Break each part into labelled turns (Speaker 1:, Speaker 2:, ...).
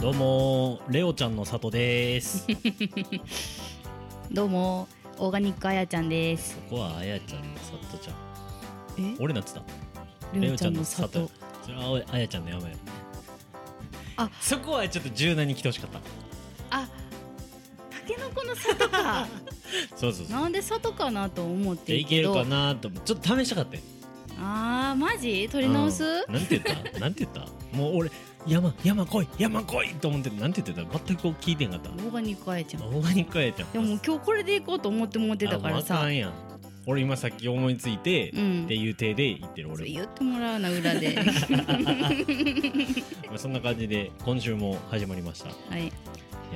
Speaker 1: どうもレオちゃんの里 です。こ
Speaker 2: どうも、オーガニックあやちゃんです。
Speaker 1: こはあやちゃんの里ちゃん。
Speaker 2: え、
Speaker 1: 俺なってた。レ
Speaker 2: レ
Speaker 1: オ
Speaker 2: オ
Speaker 1: ち
Speaker 2: ち
Speaker 1: ゃ
Speaker 2: ゃ
Speaker 1: ん
Speaker 2: ん
Speaker 1: の
Speaker 2: の
Speaker 1: 里
Speaker 2: 里。
Speaker 1: それはあやちゃんのやばい。
Speaker 2: あ
Speaker 1: そこはちょっと柔軟に来てほしかった。
Speaker 2: あ、タケノコの里か。
Speaker 1: そうそうそう。
Speaker 2: なんで里かなと思っ
Speaker 1: いや
Speaker 2: て
Speaker 1: いけるかなと思うちょっと試したかったよ。
Speaker 2: あー、マジ取り直す、
Speaker 1: うんなん て言った？なんて言った？もう俺山山来い山来いと思ってなんて言ってた？全くこう聞いてんかった。
Speaker 2: オーガニックあやちゃん。
Speaker 1: オーガニックあやちゃん。
Speaker 2: でも今日これで行こうと思って持ってたから
Speaker 1: あもうあか
Speaker 2: さ。
Speaker 1: んやん。俺今さっき思いついて。
Speaker 2: うん
Speaker 1: って。いう体で言ってる
Speaker 2: そう
Speaker 1: 俺も
Speaker 2: 言ってもらうな、裏 で。
Speaker 1: まあそんな感じで今週も始まりました
Speaker 2: はい。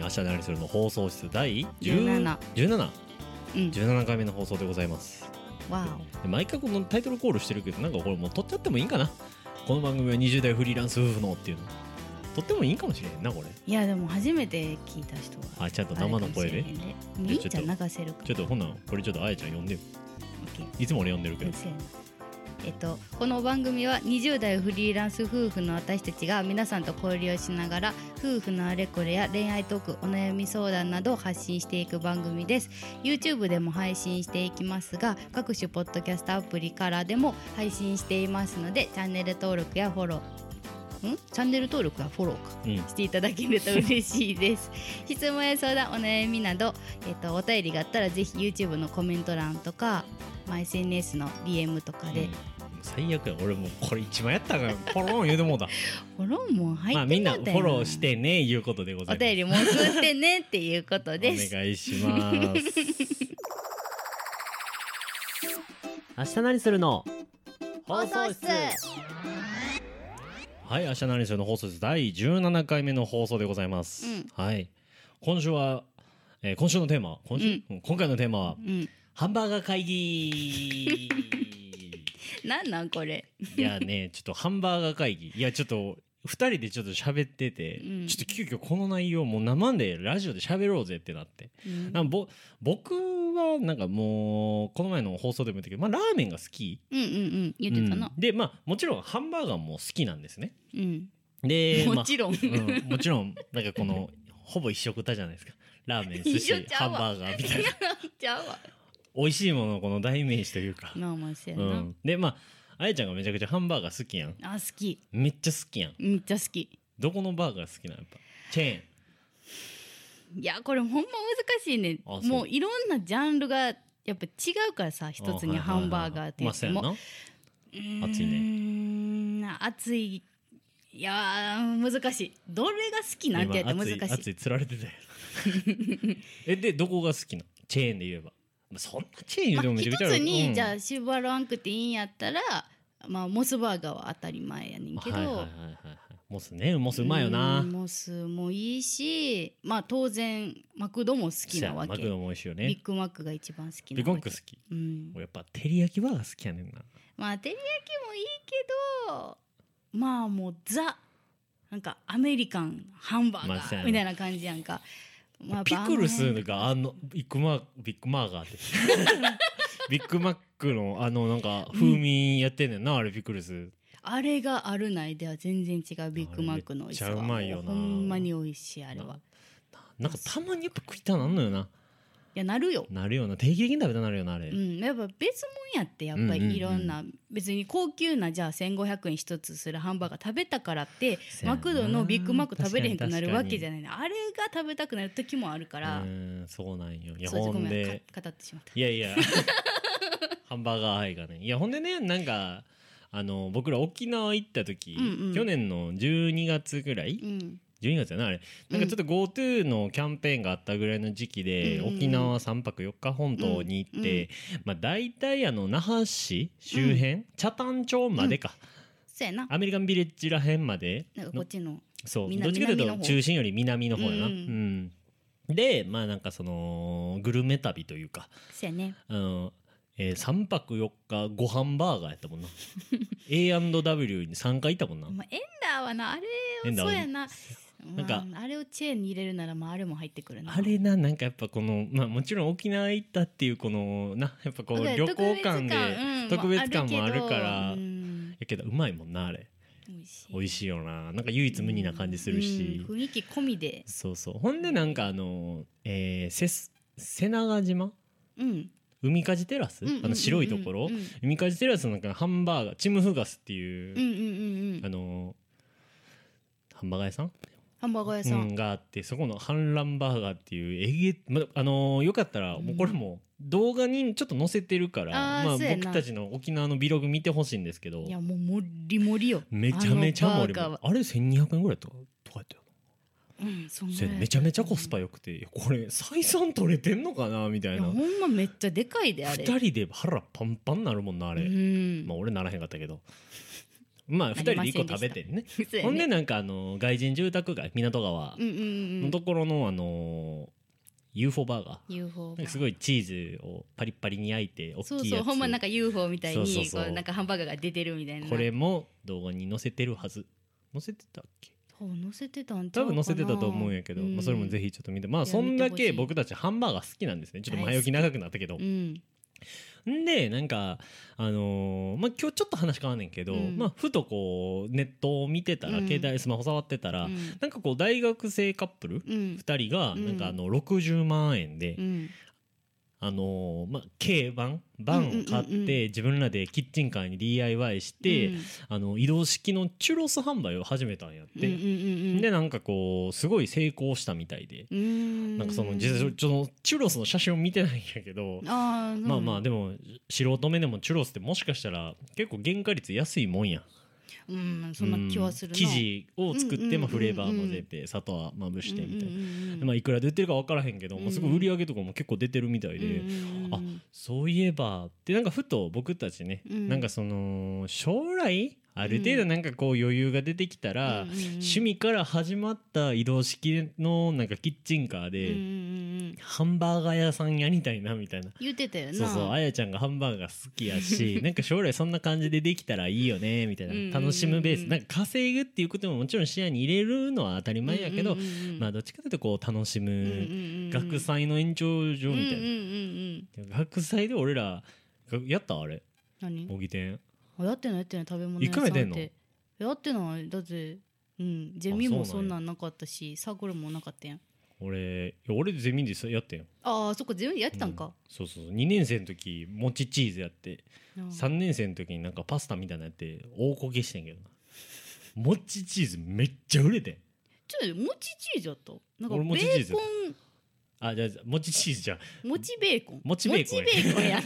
Speaker 1: 明日何するの放送室第
Speaker 2: 17
Speaker 1: 17
Speaker 2: うん。
Speaker 1: 17回目の放送でございます
Speaker 2: わ
Speaker 1: で毎回このタイトルコールしてるけどなんかこれもう撮っちゃってもいいんかなこの番組は20代フリーランス夫婦のっていうの撮ってもいいんかもしれへんなこれ
Speaker 2: お。いや、でも初めて聞いた人は。
Speaker 1: あちゃんと生の声で
Speaker 2: あれかもしれへんね。みーちゃん流せるか。
Speaker 1: ちょっとほんならこれちょっとあやちゃん呼んでよ
Speaker 2: オッケー
Speaker 1: いつも俺呼んでるけど
Speaker 2: 先生のえっと、この番組は20代フリーランス夫婦の私たちが皆さんと交流をしながら夫婦のあれこれや恋愛トークお悩み相談などを発信していく番組です YouTube でも配信していきますが各種ポッドキャストアプリからでも配信していますのでチャンネル登録やフォローんチャンネル登録やフォローか
Speaker 1: うん
Speaker 2: していただけると嬉しい です。質問や相談、お悩みなど、えっと、お便りがあったら、ぜひ YouTube のコメント欄とか、まあ、SNS の DM とか
Speaker 1: う
Speaker 2: で
Speaker 1: ん、最悪や俺もうこれ一番やったからポロン言う てもうた
Speaker 2: フォローも入って
Speaker 1: まあみんなフ
Speaker 2: たよ
Speaker 1: ォローしてねいうことでござ
Speaker 2: お
Speaker 1: います
Speaker 2: 便りも送ってねっていうことです。
Speaker 1: お願いします明日何するの
Speaker 2: 放送室
Speaker 1: はい明日何するの放送室第17回目の放送でございます、
Speaker 2: うん
Speaker 1: はい今週は、えー今週のテーマ今週、うん今回のテーマは
Speaker 2: うん、
Speaker 1: ハンバーガー会議
Speaker 2: なんなんこれ。
Speaker 1: いやねちょっとハンバーガー会議いやちょっと二人でちょっと喋ってて、
Speaker 2: うん
Speaker 1: ちょっと急遽この内容もう生でラジオで喋ろうぜってなって
Speaker 2: うん
Speaker 1: なんかぼ僕はなんかもうこの前の放送でも言ったけど、まあ、ラーメンが好き、
Speaker 2: うんうんうん、言ってたな
Speaker 1: う。んでまあもちろんハンバーガーも好きなんですね
Speaker 2: うん、
Speaker 1: で
Speaker 2: もちろん。
Speaker 1: まあうんもちろんなんかこのほぼ一食たじゃないですかラーメン寿
Speaker 2: 一
Speaker 1: 司
Speaker 2: 緒ちゃ
Speaker 1: ハン
Speaker 2: うわ
Speaker 1: バーガーみたいな
Speaker 2: ちゃうわ。
Speaker 1: 美味しいもののこの代名詞というか、
Speaker 2: まあまあそう
Speaker 1: う
Speaker 2: やな。
Speaker 1: ん、でまああやちゃんがめちゃくちゃハンバーガー好きやん
Speaker 2: あ、好き。
Speaker 1: めっちゃ好きやん
Speaker 2: めっちゃ好き。
Speaker 1: どこのバーガー好きなんやっぱチェーン
Speaker 2: いやこれほんま難しいね
Speaker 1: あそう
Speaker 2: もういろんなジャンルがやっぱ違うからさ一つに
Speaker 1: あ
Speaker 2: ハンバーガーって言っても、
Speaker 1: はいはいはいはいま
Speaker 2: う
Speaker 1: あ
Speaker 2: ー
Speaker 1: 熱いね
Speaker 2: ん熱いいやー難しいどれが好き
Speaker 1: そう
Speaker 2: な
Speaker 1: や
Speaker 2: んて
Speaker 1: な
Speaker 2: やったら
Speaker 1: 今
Speaker 2: 難
Speaker 1: 熱
Speaker 2: しい
Speaker 1: い熱い釣られ てたよえでどこが好きなのチェーンで言えばまあそんなチェーン言うても
Speaker 2: まあ
Speaker 1: めちゃ
Speaker 2: 一
Speaker 1: くちゃ
Speaker 2: つに、
Speaker 1: うん
Speaker 2: じゃあ縛らんくていいんやったらまあモスバーガーは当たり前やねんけど、
Speaker 1: はいはいはいはいはいモスねモスうまいよな
Speaker 2: うんモスもいいしまあ当然マクドも好きなわ
Speaker 1: マ
Speaker 2: け
Speaker 1: クドも美味しいよね
Speaker 2: ビッグマックが一番好き
Speaker 1: ビ
Speaker 2: な
Speaker 1: コ
Speaker 2: わ
Speaker 1: ン
Speaker 2: け
Speaker 1: ク好き
Speaker 2: うん
Speaker 1: 俺、やっぱ照り焼きバーガー好きやねんな
Speaker 2: まあ照り焼きもいいけどまあもうザなんかアメリカンハンバーガ
Speaker 1: まあそうや
Speaker 2: ー
Speaker 1: ね
Speaker 2: みたいな感じやんか、まあ
Speaker 1: ピクルス
Speaker 2: バー
Speaker 1: があのビッグマービッグマーガーって ビッグマックのあのなんか風味やってんねんな、あれピクルス
Speaker 2: あれがあるないでは全然違うビッグマックの美味しさ
Speaker 1: あれめっちゃうまいよな
Speaker 2: ほんまに美味しいあれは
Speaker 1: ななんかたまにやっぱ食いたなんのよない
Speaker 2: やなるよ
Speaker 1: なるよな定期的に食べたなるよなあれ、
Speaker 2: うん、やっぱ別もんやってやっぱ
Speaker 1: うんうんうん
Speaker 2: りいろんな、別に高級なじゃあ1500円一つするハンバーガー食べたからってマクドのビッグマック食べれへんくなるわけじゃ
Speaker 1: ない
Speaker 2: ないのあれが食べたくなる時もあるから、
Speaker 1: うんそうなんよいや
Speaker 2: そう
Speaker 1: ほ
Speaker 2: ご
Speaker 1: ん
Speaker 2: めん
Speaker 1: で
Speaker 2: か語ってしまった
Speaker 1: いやいやハンバーガー愛がねいやほんでねなんかあの僕ら沖縄行った時、
Speaker 2: うんうん
Speaker 1: 去年の12月ぐらい、
Speaker 2: うん
Speaker 1: 12月やなあれなんかちょっと GoTo のキャンペーンがあったぐらいの時期で、
Speaker 2: うんうんうん
Speaker 1: 沖縄3泊4日本島に行って、まあ、大体あの那覇市周辺、北谷町までか、
Speaker 2: そうやな。
Speaker 1: アメリカンビレッジら辺まで
Speaker 2: なんかこっちの。
Speaker 1: そう
Speaker 2: 南
Speaker 1: どっちかという
Speaker 2: 南の
Speaker 1: と
Speaker 2: 方
Speaker 1: 中心より南の方やな、う
Speaker 2: うん
Speaker 1: んでまあなんかそのグルメ旅というか、
Speaker 2: そうやね。
Speaker 1: うんえー、3泊4日ご飯バーガーやった もんな A&W に3回行ったもんな
Speaker 2: まあ、エンダーはな、あれ
Speaker 1: エン
Speaker 2: を、
Speaker 1: ダ
Speaker 2: そ
Speaker 1: ーは
Speaker 2: う
Speaker 1: ね
Speaker 2: やな。
Speaker 1: なんか
Speaker 2: まああれをチェーンに入れるなら、まあ、あれも入ってくるな。
Speaker 1: あれななんかやっぱこのまあもちろん沖縄行ったっていうこのなやっぱこう
Speaker 2: なんか
Speaker 1: 旅行感で
Speaker 2: うん
Speaker 1: 特別感もあるから
Speaker 2: まああるけどうん
Speaker 1: やけどうまいもんなあれ
Speaker 2: 美味しい
Speaker 1: 美味しいよななんか唯一無二な感じするし、
Speaker 2: うん雰囲気込みで
Speaker 1: そうそうほんでなんかあの、えー、せす瀬長島
Speaker 2: うん
Speaker 1: 海かじテラ
Speaker 2: う
Speaker 1: ス、
Speaker 2: んうんうんうん
Speaker 1: あの白いところ、
Speaker 2: うん
Speaker 1: 海かじテラスのなんかハンバーガーチムフガスっていう、
Speaker 2: うんうんうんう
Speaker 1: あ
Speaker 2: ん
Speaker 1: のハンバーガー屋さん
Speaker 2: ハンバーガー屋さん、
Speaker 1: うんがあってそこの反乱バーガーっていうえげ、まあのーよかったらもうこれも動画にちょっと載せてるから、
Speaker 2: あー
Speaker 1: まあ、
Speaker 2: そうやな
Speaker 1: 僕たちの沖縄のビログ見てほしいんですけど
Speaker 2: いやもうもりもりよ
Speaker 1: めちゃめちゃ盛り
Speaker 2: あのバーガーは
Speaker 1: あれ1200円ぐらいとかとかやったよ
Speaker 2: うんそんぐ
Speaker 1: そ
Speaker 2: ら
Speaker 1: れ
Speaker 2: い
Speaker 1: めちゃめちゃコスパ良くていやこれ採算取れてんのかなみた
Speaker 2: い
Speaker 1: い
Speaker 2: や
Speaker 1: な
Speaker 2: ほんまめっちゃでかいであれ
Speaker 1: 2人で腹パンパンなるもんなあれ、
Speaker 2: うん
Speaker 1: まあ俺ならへんかったけどまあ2人で1個食べてね
Speaker 2: そうやね
Speaker 1: ほんでなんかあの外人住宅街港川
Speaker 2: うんうんうんう
Speaker 1: の
Speaker 2: ん
Speaker 1: ところのあのー UFO バーガー
Speaker 2: UFO
Speaker 1: なんかすごいチーズをパリッパリに焼いて大
Speaker 2: そう
Speaker 1: きいや
Speaker 2: そ
Speaker 1: つ
Speaker 2: うほんまなんか UFO みたいに
Speaker 1: そうそうそう
Speaker 2: こうなんかハンバーガーが出てるみたいな
Speaker 1: これも動画に載せてるはず載せてたっけ
Speaker 2: 多分載せてたんちゃ
Speaker 1: 多
Speaker 2: うか
Speaker 1: 分
Speaker 2: な
Speaker 1: 載せてたと思うんやけど、まあ、それもぜひちょっと見てまあ
Speaker 2: いや
Speaker 1: そんだ
Speaker 2: 見てほし
Speaker 1: け
Speaker 2: い
Speaker 1: 僕たちハンバーガー好きなんですねちょっと前置き長くなったけど
Speaker 2: う、ん
Speaker 1: ん、でなんかあのーまあ今日ちょっと話変わんねんけど、
Speaker 2: うん
Speaker 1: まあふとこうネットを見てたら、
Speaker 2: うん
Speaker 1: 携帯スマホ触ってたら、
Speaker 2: うん
Speaker 1: なんかこう大学生カップル
Speaker 2: うん
Speaker 1: 2人が
Speaker 2: うん
Speaker 1: なんかあの60万円で、
Speaker 2: うん
Speaker 1: あのーまあ、軽バンバンを買っ
Speaker 2: うんうんうんうん
Speaker 1: て自分らでキッチンカーに DIY して、
Speaker 2: うん
Speaker 1: あの移動式のチュロス販売を始めたんやっ
Speaker 2: うんうん
Speaker 1: て、
Speaker 2: うんうん
Speaker 1: でなんかこうすごい成功したみたいで、
Speaker 2: うん
Speaker 1: なんかその実際ちょっとチュロスの写真を見てないんやけど、
Speaker 2: あー
Speaker 1: まあまあ
Speaker 2: で
Speaker 1: でも素人目でもチュロスってもしかしたら結構原価率安いもんや
Speaker 2: うんそんな気はする
Speaker 1: う
Speaker 2: なん
Speaker 1: 生地を作って、まあ、
Speaker 2: うんうんうんうん
Speaker 1: フレーバー混ぜて砂糖はまぶしてみたいな、
Speaker 2: な
Speaker 1: まあ、いくらで売ってるか分からへんけど、
Speaker 2: うん
Speaker 1: もうすごい売り上げとかも結構出てるみたいで、あそういえばってなんかふと僕たちね、
Speaker 2: うん
Speaker 1: なんかその将来ある程度なんかこう余裕が出てきたら、趣味から始まった移動式のなんかキッチンカー
Speaker 2: で
Speaker 1: で、ハンバーガー屋さんやりたいなみたいな。
Speaker 2: 言ってたよな
Speaker 1: そうそうあやちゃんがハンバーガー好きやしなんか将来そんな感じでできたらいいよねみたい
Speaker 2: うんうんうん
Speaker 1: な楽しむベースなんか稼ぐっていうことももちろん視野に入れるのは当たり前やけど、
Speaker 2: うんうんうんうん
Speaker 1: まあどっちかというとこう楽し
Speaker 2: うんうん
Speaker 1: む
Speaker 2: うん
Speaker 1: 学祭の延長上みたいな、
Speaker 2: うんうんうん
Speaker 1: 学祭で俺らがやったあれ
Speaker 2: うん何
Speaker 1: 模擬店
Speaker 2: あやってないやってない食べ物
Speaker 1: いくら出んの
Speaker 2: てやってないだってうんゼミも
Speaker 1: あそ
Speaker 2: そう
Speaker 1: なん
Speaker 2: ん
Speaker 1: や
Speaker 2: なんなかったしサークルもなかったやん
Speaker 1: 俺いや俺ゼミでさやったよ
Speaker 2: あーそっかゼミでやってたん
Speaker 1: う
Speaker 2: か
Speaker 1: そうそうそう2年生の時餅チーズやって
Speaker 2: うん
Speaker 1: 3年生の時になんかパスタみたいなのやって大こけしてんけどな餅チーズめっちゃ売れてん
Speaker 2: ちょっともちチーズやったなんかベ
Speaker 1: 俺もちチー
Speaker 2: ー
Speaker 1: ズ
Speaker 2: コ
Speaker 1: あじゃあ餅チーズじゃん
Speaker 2: ンもちベーコン
Speaker 1: もちベーコンや
Speaker 2: もちベーコンやん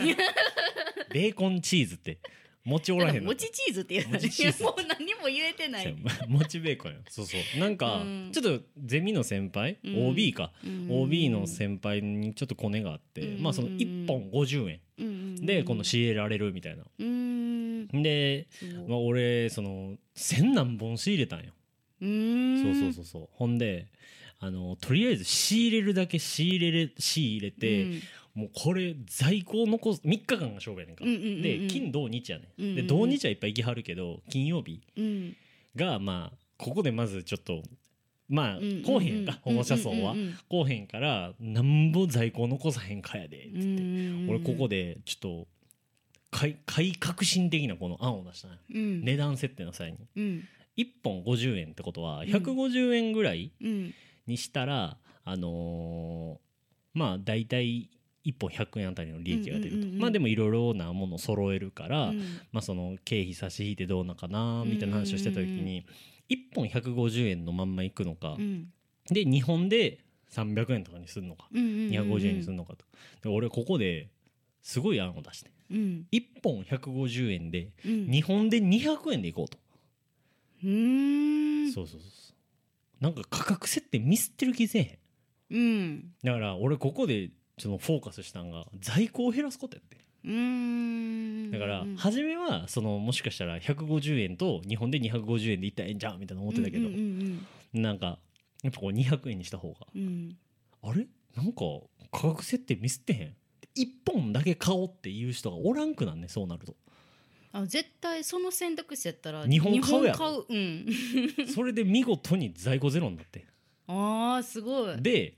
Speaker 1: ベーコンチーズって餅おらへんの
Speaker 2: もちチーズって言う
Speaker 1: もちチーズ
Speaker 2: もう何も言えてない、
Speaker 1: そう 餅ベーコンやそうそうなんか
Speaker 2: うん
Speaker 1: ちょっとゼミの先輩
Speaker 2: うん
Speaker 1: OB か
Speaker 2: うん
Speaker 1: OB の先輩にちょっとコネがあって
Speaker 2: うん
Speaker 1: まあその1本50円
Speaker 2: うんうん
Speaker 1: でこの仕入れられるみたいな
Speaker 2: うーん
Speaker 1: ですま
Speaker 2: ごい
Speaker 1: あ、俺その千何本仕入れたんよ、
Speaker 2: うーん
Speaker 1: そうそうそうそうほんであのとりあえず仕入れるだけ仕入れれ仕入れて、
Speaker 2: うん
Speaker 1: もうこれ在庫を残す3日間が勝負やねんか、
Speaker 2: うんうんうんうん
Speaker 1: で金土日やねん、
Speaker 2: うんうんう
Speaker 1: で
Speaker 2: ん
Speaker 1: 土日はいっぱい行きはるけど金曜日
Speaker 2: うん
Speaker 1: がまあここでまずちょっとまあ
Speaker 2: うん
Speaker 1: こうへんか保護者層は
Speaker 2: うんうん
Speaker 1: こうへんからなんぼ在庫残さへんかやで
Speaker 2: うんうん
Speaker 1: 俺ここでちょっと買い買い革新的なこの案を出したんよ
Speaker 2: うん
Speaker 1: 値段設定の際に
Speaker 2: うん
Speaker 1: 1本50円ってことは
Speaker 2: ん
Speaker 1: 150円ぐらい
Speaker 2: うん
Speaker 1: にしたら、あのーまあ大体1本100円あたりの利益が出ると、
Speaker 2: うんうんうんうん
Speaker 1: まあでもいろいろなものを揃えるから、
Speaker 2: うん
Speaker 1: まあその経費差し引いてどうなのかなみたいな話をしてた時に、1本150円のまんまいくのか、
Speaker 2: うん
Speaker 1: で2本で300円とかにするのか、
Speaker 2: うん
Speaker 1: 250円にす
Speaker 2: る
Speaker 1: るのかとで俺ここですごい案を出して
Speaker 2: うん
Speaker 1: 1本150円で
Speaker 2: うん
Speaker 1: 2本で200円でいこうと。
Speaker 2: うーん
Speaker 1: そうそうそうそうなんか価格設定ミスってる気せえへん
Speaker 2: うん
Speaker 1: だから俺ここでそのフォーカスしたんが在庫を減らすことやって
Speaker 2: うーん
Speaker 1: だから
Speaker 2: うん
Speaker 1: 初めはそのもしかしたら150円と日本で250円でいったらええんじゃんみたいな思ってたけど、
Speaker 2: うんうん
Speaker 1: なんかやっぱこう200円にした方が
Speaker 2: うんうん
Speaker 1: あれなんか価格設定ミスってへん1本だけ買おうっていう人がおらんくなんねそうな ると
Speaker 2: あ絶対その選択肢やったら
Speaker 1: 日本買うや
Speaker 2: 日
Speaker 1: ろ
Speaker 2: 本買ううん
Speaker 1: それで見事に在庫ゼロになって
Speaker 2: あーすごい
Speaker 1: で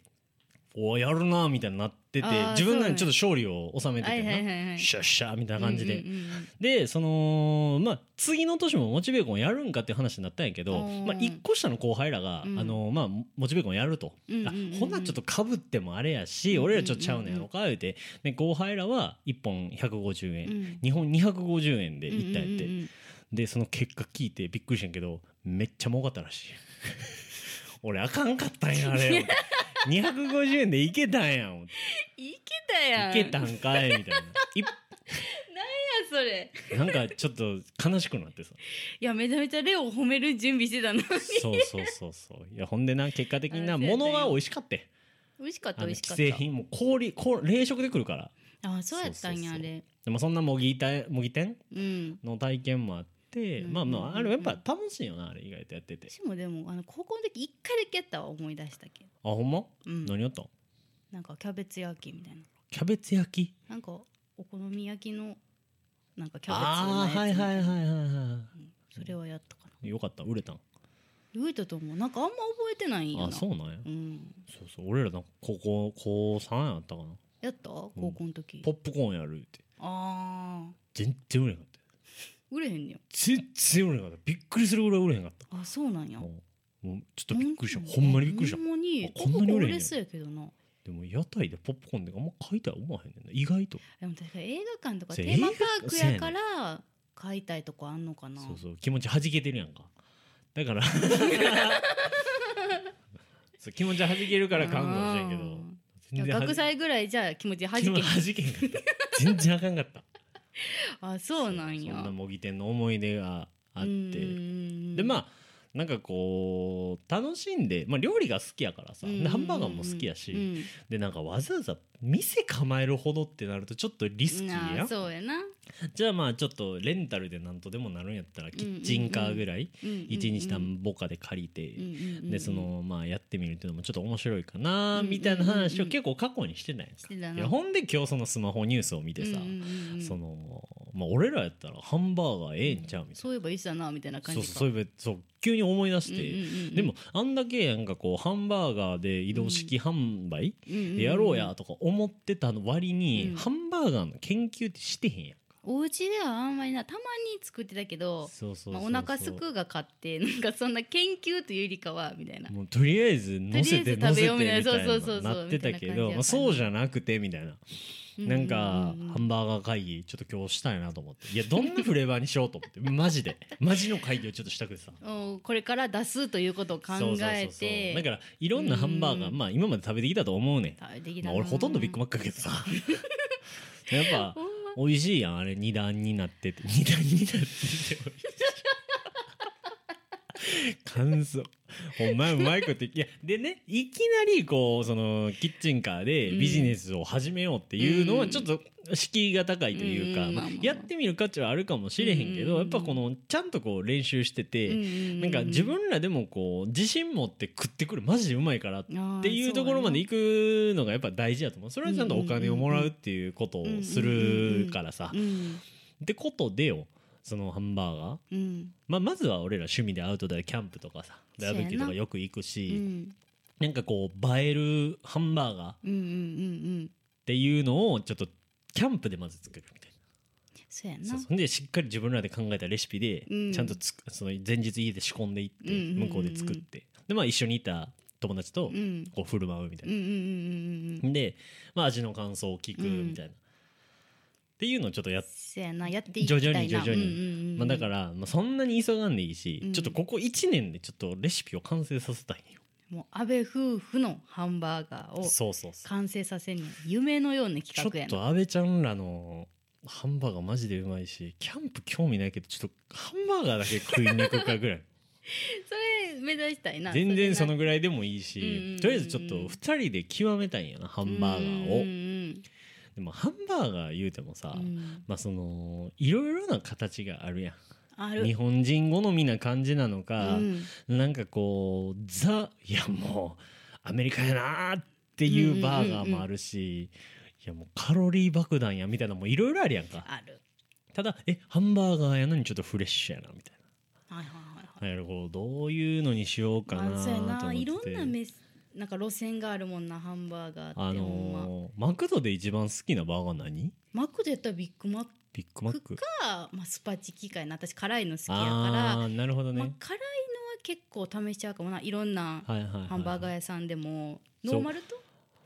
Speaker 1: おやるなみたいになってて
Speaker 2: あー
Speaker 1: 自分なりにちょっと
Speaker 2: そ
Speaker 1: 勝利を収めて
Speaker 2: は
Speaker 1: て
Speaker 2: い
Speaker 1: な、
Speaker 2: はいはいはい
Speaker 1: シャッシャーみたいな感じで、
Speaker 2: うんうん
Speaker 1: でそのまあ次の年もモチベーコンやるんかっていう話になったんやけど、
Speaker 2: おー
Speaker 1: まあ、1個下の後輩らが、
Speaker 2: うん
Speaker 1: あのまあ、モチベーコンやると、
Speaker 2: うん
Speaker 1: あ
Speaker 2: うんうんうん
Speaker 1: ほなちょっとかぶってもあれや
Speaker 2: う
Speaker 1: し、
Speaker 2: んうんうんうん
Speaker 1: 俺らちょっとちゃうのやろか言うてで後輩らは1本150円、
Speaker 2: うんうん
Speaker 1: 日本250円で行ったんやって、
Speaker 2: うんうんうん
Speaker 1: でその結果聞いてびっくりしたんやけどめっちゃ儲かったら しい俺あかんかったんやあれ250円でいけたんやんい
Speaker 2: いけたやん
Speaker 1: けた
Speaker 2: なんや
Speaker 1: んかいみた いな
Speaker 2: それ
Speaker 1: いなんかちょっと悲しくなって さ
Speaker 2: いやめちゃめちゃレオを褒める準備して たな
Speaker 1: そうそうそうそういやほんでな結果的にな
Speaker 2: あそうやったん
Speaker 1: 物
Speaker 2: や
Speaker 1: が美味しかって
Speaker 2: 美味しかった
Speaker 1: あ
Speaker 2: 美
Speaker 1: の
Speaker 2: 味しか
Speaker 1: 既
Speaker 2: っ
Speaker 1: 製
Speaker 2: た
Speaker 1: 品も氷氷冷食で来るから
Speaker 2: あそうやったんや
Speaker 1: そうそうそう
Speaker 2: あれ
Speaker 1: でもそんな模擬店模擬店
Speaker 2: うん
Speaker 1: の体験もあって、
Speaker 2: うん
Speaker 1: まあま
Speaker 2: うんうんう
Speaker 1: あ
Speaker 2: ん
Speaker 1: あれやっぱ楽しいよなあれ意外とやってて
Speaker 2: 私もでもあの高校の時一回だけやったわ思い出したけど、
Speaker 1: あほんま、
Speaker 2: うん、
Speaker 1: 何やったん
Speaker 2: なんかキャベツ焼きみたいな
Speaker 1: キャベツ焼き
Speaker 2: なんかお好み焼きのなんかキャベツの
Speaker 1: あ
Speaker 2: やつ
Speaker 1: あはいはいはいはいは
Speaker 2: うんそれはやったかない
Speaker 1: よかった売れたん
Speaker 2: 言えたと思うなんかあんま覚えてないんや
Speaker 1: あ
Speaker 2: な
Speaker 1: そうなんや、
Speaker 2: うん
Speaker 1: そうそう俺らなんか高校高3やったかな
Speaker 2: やった高校の時、
Speaker 1: ポップコーンやるって
Speaker 2: ああ
Speaker 1: 全然売れへんかった
Speaker 2: 売れへんねや
Speaker 1: 全然売れへんかったびっくりするぐらい売れへんかった
Speaker 2: あそうなんや
Speaker 1: もうもうちょっとびっくりしたほんまにびっくりした
Speaker 2: ほんまに
Speaker 1: あこんなに売れへんや
Speaker 2: ここ
Speaker 1: ん
Speaker 2: 売そうやけどな
Speaker 1: でも屋台でポップコーンってあんま買いたい思わへんねんな意外と
Speaker 2: でも確かに映画館とか
Speaker 1: そう
Speaker 2: テーマパーク
Speaker 1: 映画
Speaker 2: やから買いたいとこあんのかな
Speaker 1: そうそう気持ちはじけてるやんかだからそう気持ちはじけるから買うかもしれんけど
Speaker 2: いや
Speaker 1: はじ
Speaker 2: 学祭ぐらいじゃあ気持ちは
Speaker 1: 気
Speaker 2: じ
Speaker 1: 持
Speaker 2: け
Speaker 1: ちはじけんかった全然あかんかった
Speaker 2: あそうなんや
Speaker 1: そんな模擬店の思い出があってで
Speaker 2: で
Speaker 1: まあなんかこう楽しんで、まあ、料理が好きやからさでハンバーガーも好きやし、でなんかわざわざ店構えるほどってなるとちょっとリスキーやん
Speaker 2: そうやな
Speaker 1: じゃあまあちょっとレンタルでなんとでもなるんやったらキッチンカーぐらい1日何ぼかで借りてでそのまあやってみるっていうのもちょっと面白いかなみたいな話を結構過去にしてない
Speaker 2: してた
Speaker 1: いや
Speaker 2: な
Speaker 1: ほんで今日そのスマホニュースを見てさそのまあ俺らやったらハンバーガーええんちゃうみたい
Speaker 2: そういえばいいっすなみたいな
Speaker 1: な
Speaker 2: 感
Speaker 1: そう
Speaker 2: じ
Speaker 1: そうそういえばそう急に思い出して
Speaker 2: で
Speaker 1: でもあんだけなんかこうハンバーガーで移動式販売やろうやとか思ってたの割に、
Speaker 2: うん
Speaker 1: ハンバーガーの研究ってしてへんやんか、
Speaker 2: お家ではあんまりなたまに作ってたけど
Speaker 1: そうそうそう
Speaker 2: まあ
Speaker 1: そう
Speaker 2: お腹すくが買って なんかそんな研究というよりかはみたいな
Speaker 1: もうとりあえず乗せて
Speaker 2: とりあ
Speaker 1: 乗
Speaker 2: え
Speaker 1: せ
Speaker 2: ず食べ
Speaker 1: てみ
Speaker 2: ようみたいなそうそ
Speaker 1: たいな
Speaker 2: うそう
Speaker 1: なってたけ
Speaker 2: みたいな感じやっ
Speaker 1: ど、
Speaker 2: た
Speaker 1: まあ、そうじゃなくてみたいな、なんか
Speaker 2: ううう
Speaker 1: ハンバーガー会議ちょっと今日したいなと思っていやどんなフレーバーにしようと思って マジでマジの会議をちょっとしたくてさ
Speaker 2: うんこれから出すということを考
Speaker 1: そうそう
Speaker 2: え
Speaker 1: そうそう
Speaker 2: て
Speaker 1: だからいろんなハンバーガー、
Speaker 2: うん
Speaker 1: まあ今まで食べてきたと思うねん、
Speaker 2: 食べてきた
Speaker 1: ま
Speaker 2: な
Speaker 1: あ、俺ほとんどビッグマックやけ どさやっぱ
Speaker 2: ほんま
Speaker 1: 美味しいやんあれ二段になってて二段になってて美味しい感想ほんまうまいこと言っていやでねいきなりこうそのキッチンカーでビジネスを始めようっていうの
Speaker 2: う
Speaker 1: は
Speaker 2: ん
Speaker 1: ちょっと敷居が高いというか、
Speaker 2: うん
Speaker 1: まあ
Speaker 2: まあまあ
Speaker 1: やってみる価値はあるかもしれへんけど、
Speaker 2: うん
Speaker 1: やっぱこのちゃんとこう練習してて、なんか自分らでもこう自信持って食ってくるマジでうまいからってっていうところまで
Speaker 2: い
Speaker 1: 行くのがやっぱ大事だと思うそれはちゃんとお金をもらうっていうことをするからさ
Speaker 2: うん
Speaker 1: ってことでよそのハンバーガー、
Speaker 2: うん
Speaker 1: まあ、まずは俺ら趣味でアウトドアキャンプとかさ
Speaker 2: そうやな
Speaker 1: バーベキューとかよく行く
Speaker 2: う
Speaker 1: し
Speaker 2: ん
Speaker 1: なんかこう映えるハンバーガーっ
Speaker 2: うんうんうんうん
Speaker 1: ていうのをちょっとキャンプでまず作るみたい
Speaker 2: そうや
Speaker 1: な
Speaker 2: な
Speaker 1: そうそんでしっかり自分らで考えたレシピで
Speaker 2: うん
Speaker 1: ちゃんとつくその前日家で仕込んでいっ
Speaker 2: う
Speaker 1: て
Speaker 2: んうんうんうん
Speaker 1: 向こうで作ってでまあ一緒にいた友達と
Speaker 2: うん
Speaker 1: こう振る舞うみたいな
Speaker 2: うんうんうんうんうん
Speaker 1: で、まあ、味の感想を聞くみたいな、っていうのをちょっとやっ
Speaker 2: そうやなやっていきたいな
Speaker 1: 徐々に徐々に
Speaker 2: に
Speaker 1: まあ、だからら、まあ、そんなに急がんでいいし、
Speaker 2: うん
Speaker 1: ちょっとここ1年でちょっとレシピを完成させたいんよ、
Speaker 2: もう安倍夫婦のハンバーガーを
Speaker 1: そうそうそう
Speaker 2: 完成させる夢のような
Speaker 1: ちょ
Speaker 2: 企画や
Speaker 1: っ
Speaker 2: な
Speaker 1: と阿部ちゃんらのハンバーガーマジでうまいしキャンプ興味ないけどちょっとハンバーガーだけ食いに行くか ぐらい
Speaker 2: それ目指したいな
Speaker 1: 全然そ
Speaker 2: れ
Speaker 1: のぐらいでもいい
Speaker 2: うんうんうんう
Speaker 1: し
Speaker 2: ん
Speaker 1: とりあえずちょっと2人で極めたいんやなハ
Speaker 2: な
Speaker 1: ンバーガ
Speaker 2: うんう
Speaker 1: ーを
Speaker 2: ん
Speaker 1: でもハンバーガー言うてもさ、
Speaker 2: うん
Speaker 1: まあそのいろいろな形があるやん
Speaker 2: あ
Speaker 1: 日
Speaker 2: る
Speaker 1: 本人好みな感じなのか
Speaker 2: う、ん
Speaker 1: なんかこうザいやもうアメリカやなーっていうバーガーもあるし、いやもうカロリー爆弾やみたいなのもいろいろあるやんか
Speaker 2: ある
Speaker 1: ただえハンバーガーやのにちょっとフレッシュやなみたい
Speaker 2: はいはいはいはい
Speaker 1: ななるほどどういうのにしようかな
Speaker 2: まあそうや
Speaker 1: ーと
Speaker 2: な
Speaker 1: 思って
Speaker 2: いろ
Speaker 1: て
Speaker 2: んなメスなんか路線があるもんなハンバーガーって、
Speaker 1: あ
Speaker 2: ほんま
Speaker 1: のーマクドで一番好きなバーガー何
Speaker 2: マックでやったらビッグマック
Speaker 1: ビッグマッ
Speaker 2: ク
Speaker 1: ク
Speaker 2: ッか、まあ、スパチキかいな私辛いの好きやから、
Speaker 1: ああーなるほど
Speaker 2: まあ
Speaker 1: ね、、
Speaker 2: 辛いのは結構試しちゃうかもないろんな
Speaker 1: はいはいはいはい
Speaker 2: ハンバーガー屋さんでもノーマルと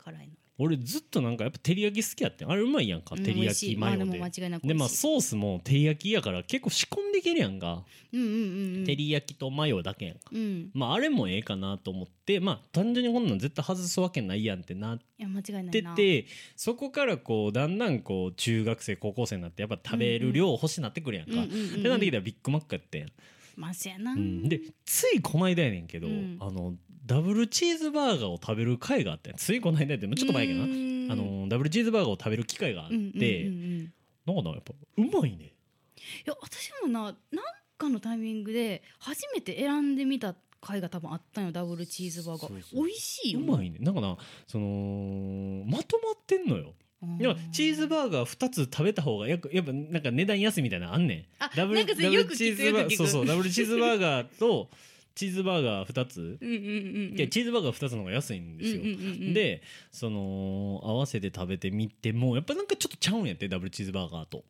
Speaker 2: 辛いの
Speaker 1: 俺ずっとなんかやっぱ照り焼き好きやってんあれうまいやんか
Speaker 2: うん
Speaker 1: 照り
Speaker 2: 美味
Speaker 1: 焼
Speaker 2: しい
Speaker 1: きマヨで、
Speaker 2: まあ、でも間違いなく美
Speaker 1: でまあ
Speaker 2: 味しい
Speaker 1: ソースも照り焼きやから結構仕込んでいけるやんか、
Speaker 2: うんうんうんうん
Speaker 1: 照り焼きとマヨだけやんか
Speaker 2: うん
Speaker 1: まああれもええかなと思ってまあ単純にこんなん絶対外すわけないやんってなっ
Speaker 2: いや間違いないな
Speaker 1: ててそこからこうだんだんこう中学生高校生になってやっぱ食べる量欲しになってくるやんか、
Speaker 2: うんうんうんうん
Speaker 1: でなってきたらビッグマックやってん、
Speaker 2: まあそうやな、
Speaker 1: うん、でついこの間やねんけど、
Speaker 2: うん
Speaker 1: あのダブルチーズバーガーを食べる会があってついこの間やってちょっと前やけどなあ
Speaker 2: あ
Speaker 1: のダブルチーズバーガーを食べる機会があって、
Speaker 2: うんうんうんうんい
Speaker 1: なんかなやっぱうまいね
Speaker 2: や私もななんかのタイミングで初めて選んでみた回が多分あったんよダブルチーズバーガ
Speaker 1: そう
Speaker 2: ー
Speaker 1: そう
Speaker 2: 美味しいうよ
Speaker 1: まいねなんかなそのまとまってんのよ
Speaker 2: うん
Speaker 1: でもチーズバーガー2つ食べた方がやっぱやっぱなんか値段安いみたいなのあんね
Speaker 2: あ
Speaker 1: んダブル
Speaker 2: なんかそ
Speaker 1: ダ
Speaker 2: れ
Speaker 1: ブ
Speaker 2: よ
Speaker 1: ル
Speaker 2: く
Speaker 1: チ
Speaker 2: 聞く
Speaker 1: ーズ
Speaker 2: よく
Speaker 1: バー
Speaker 2: 聞
Speaker 1: ガー
Speaker 2: く
Speaker 1: そうそうダブルチーズバーガーと チーズバーガー2つ、
Speaker 2: うんうんうんうん
Speaker 1: いやチーズバーガー2つの方が安いんですよ、
Speaker 2: うんうんうんうん
Speaker 1: でその合わせて食べてみてもやっぱなんかちょっとちゃうんやってダブルチーズバーガーと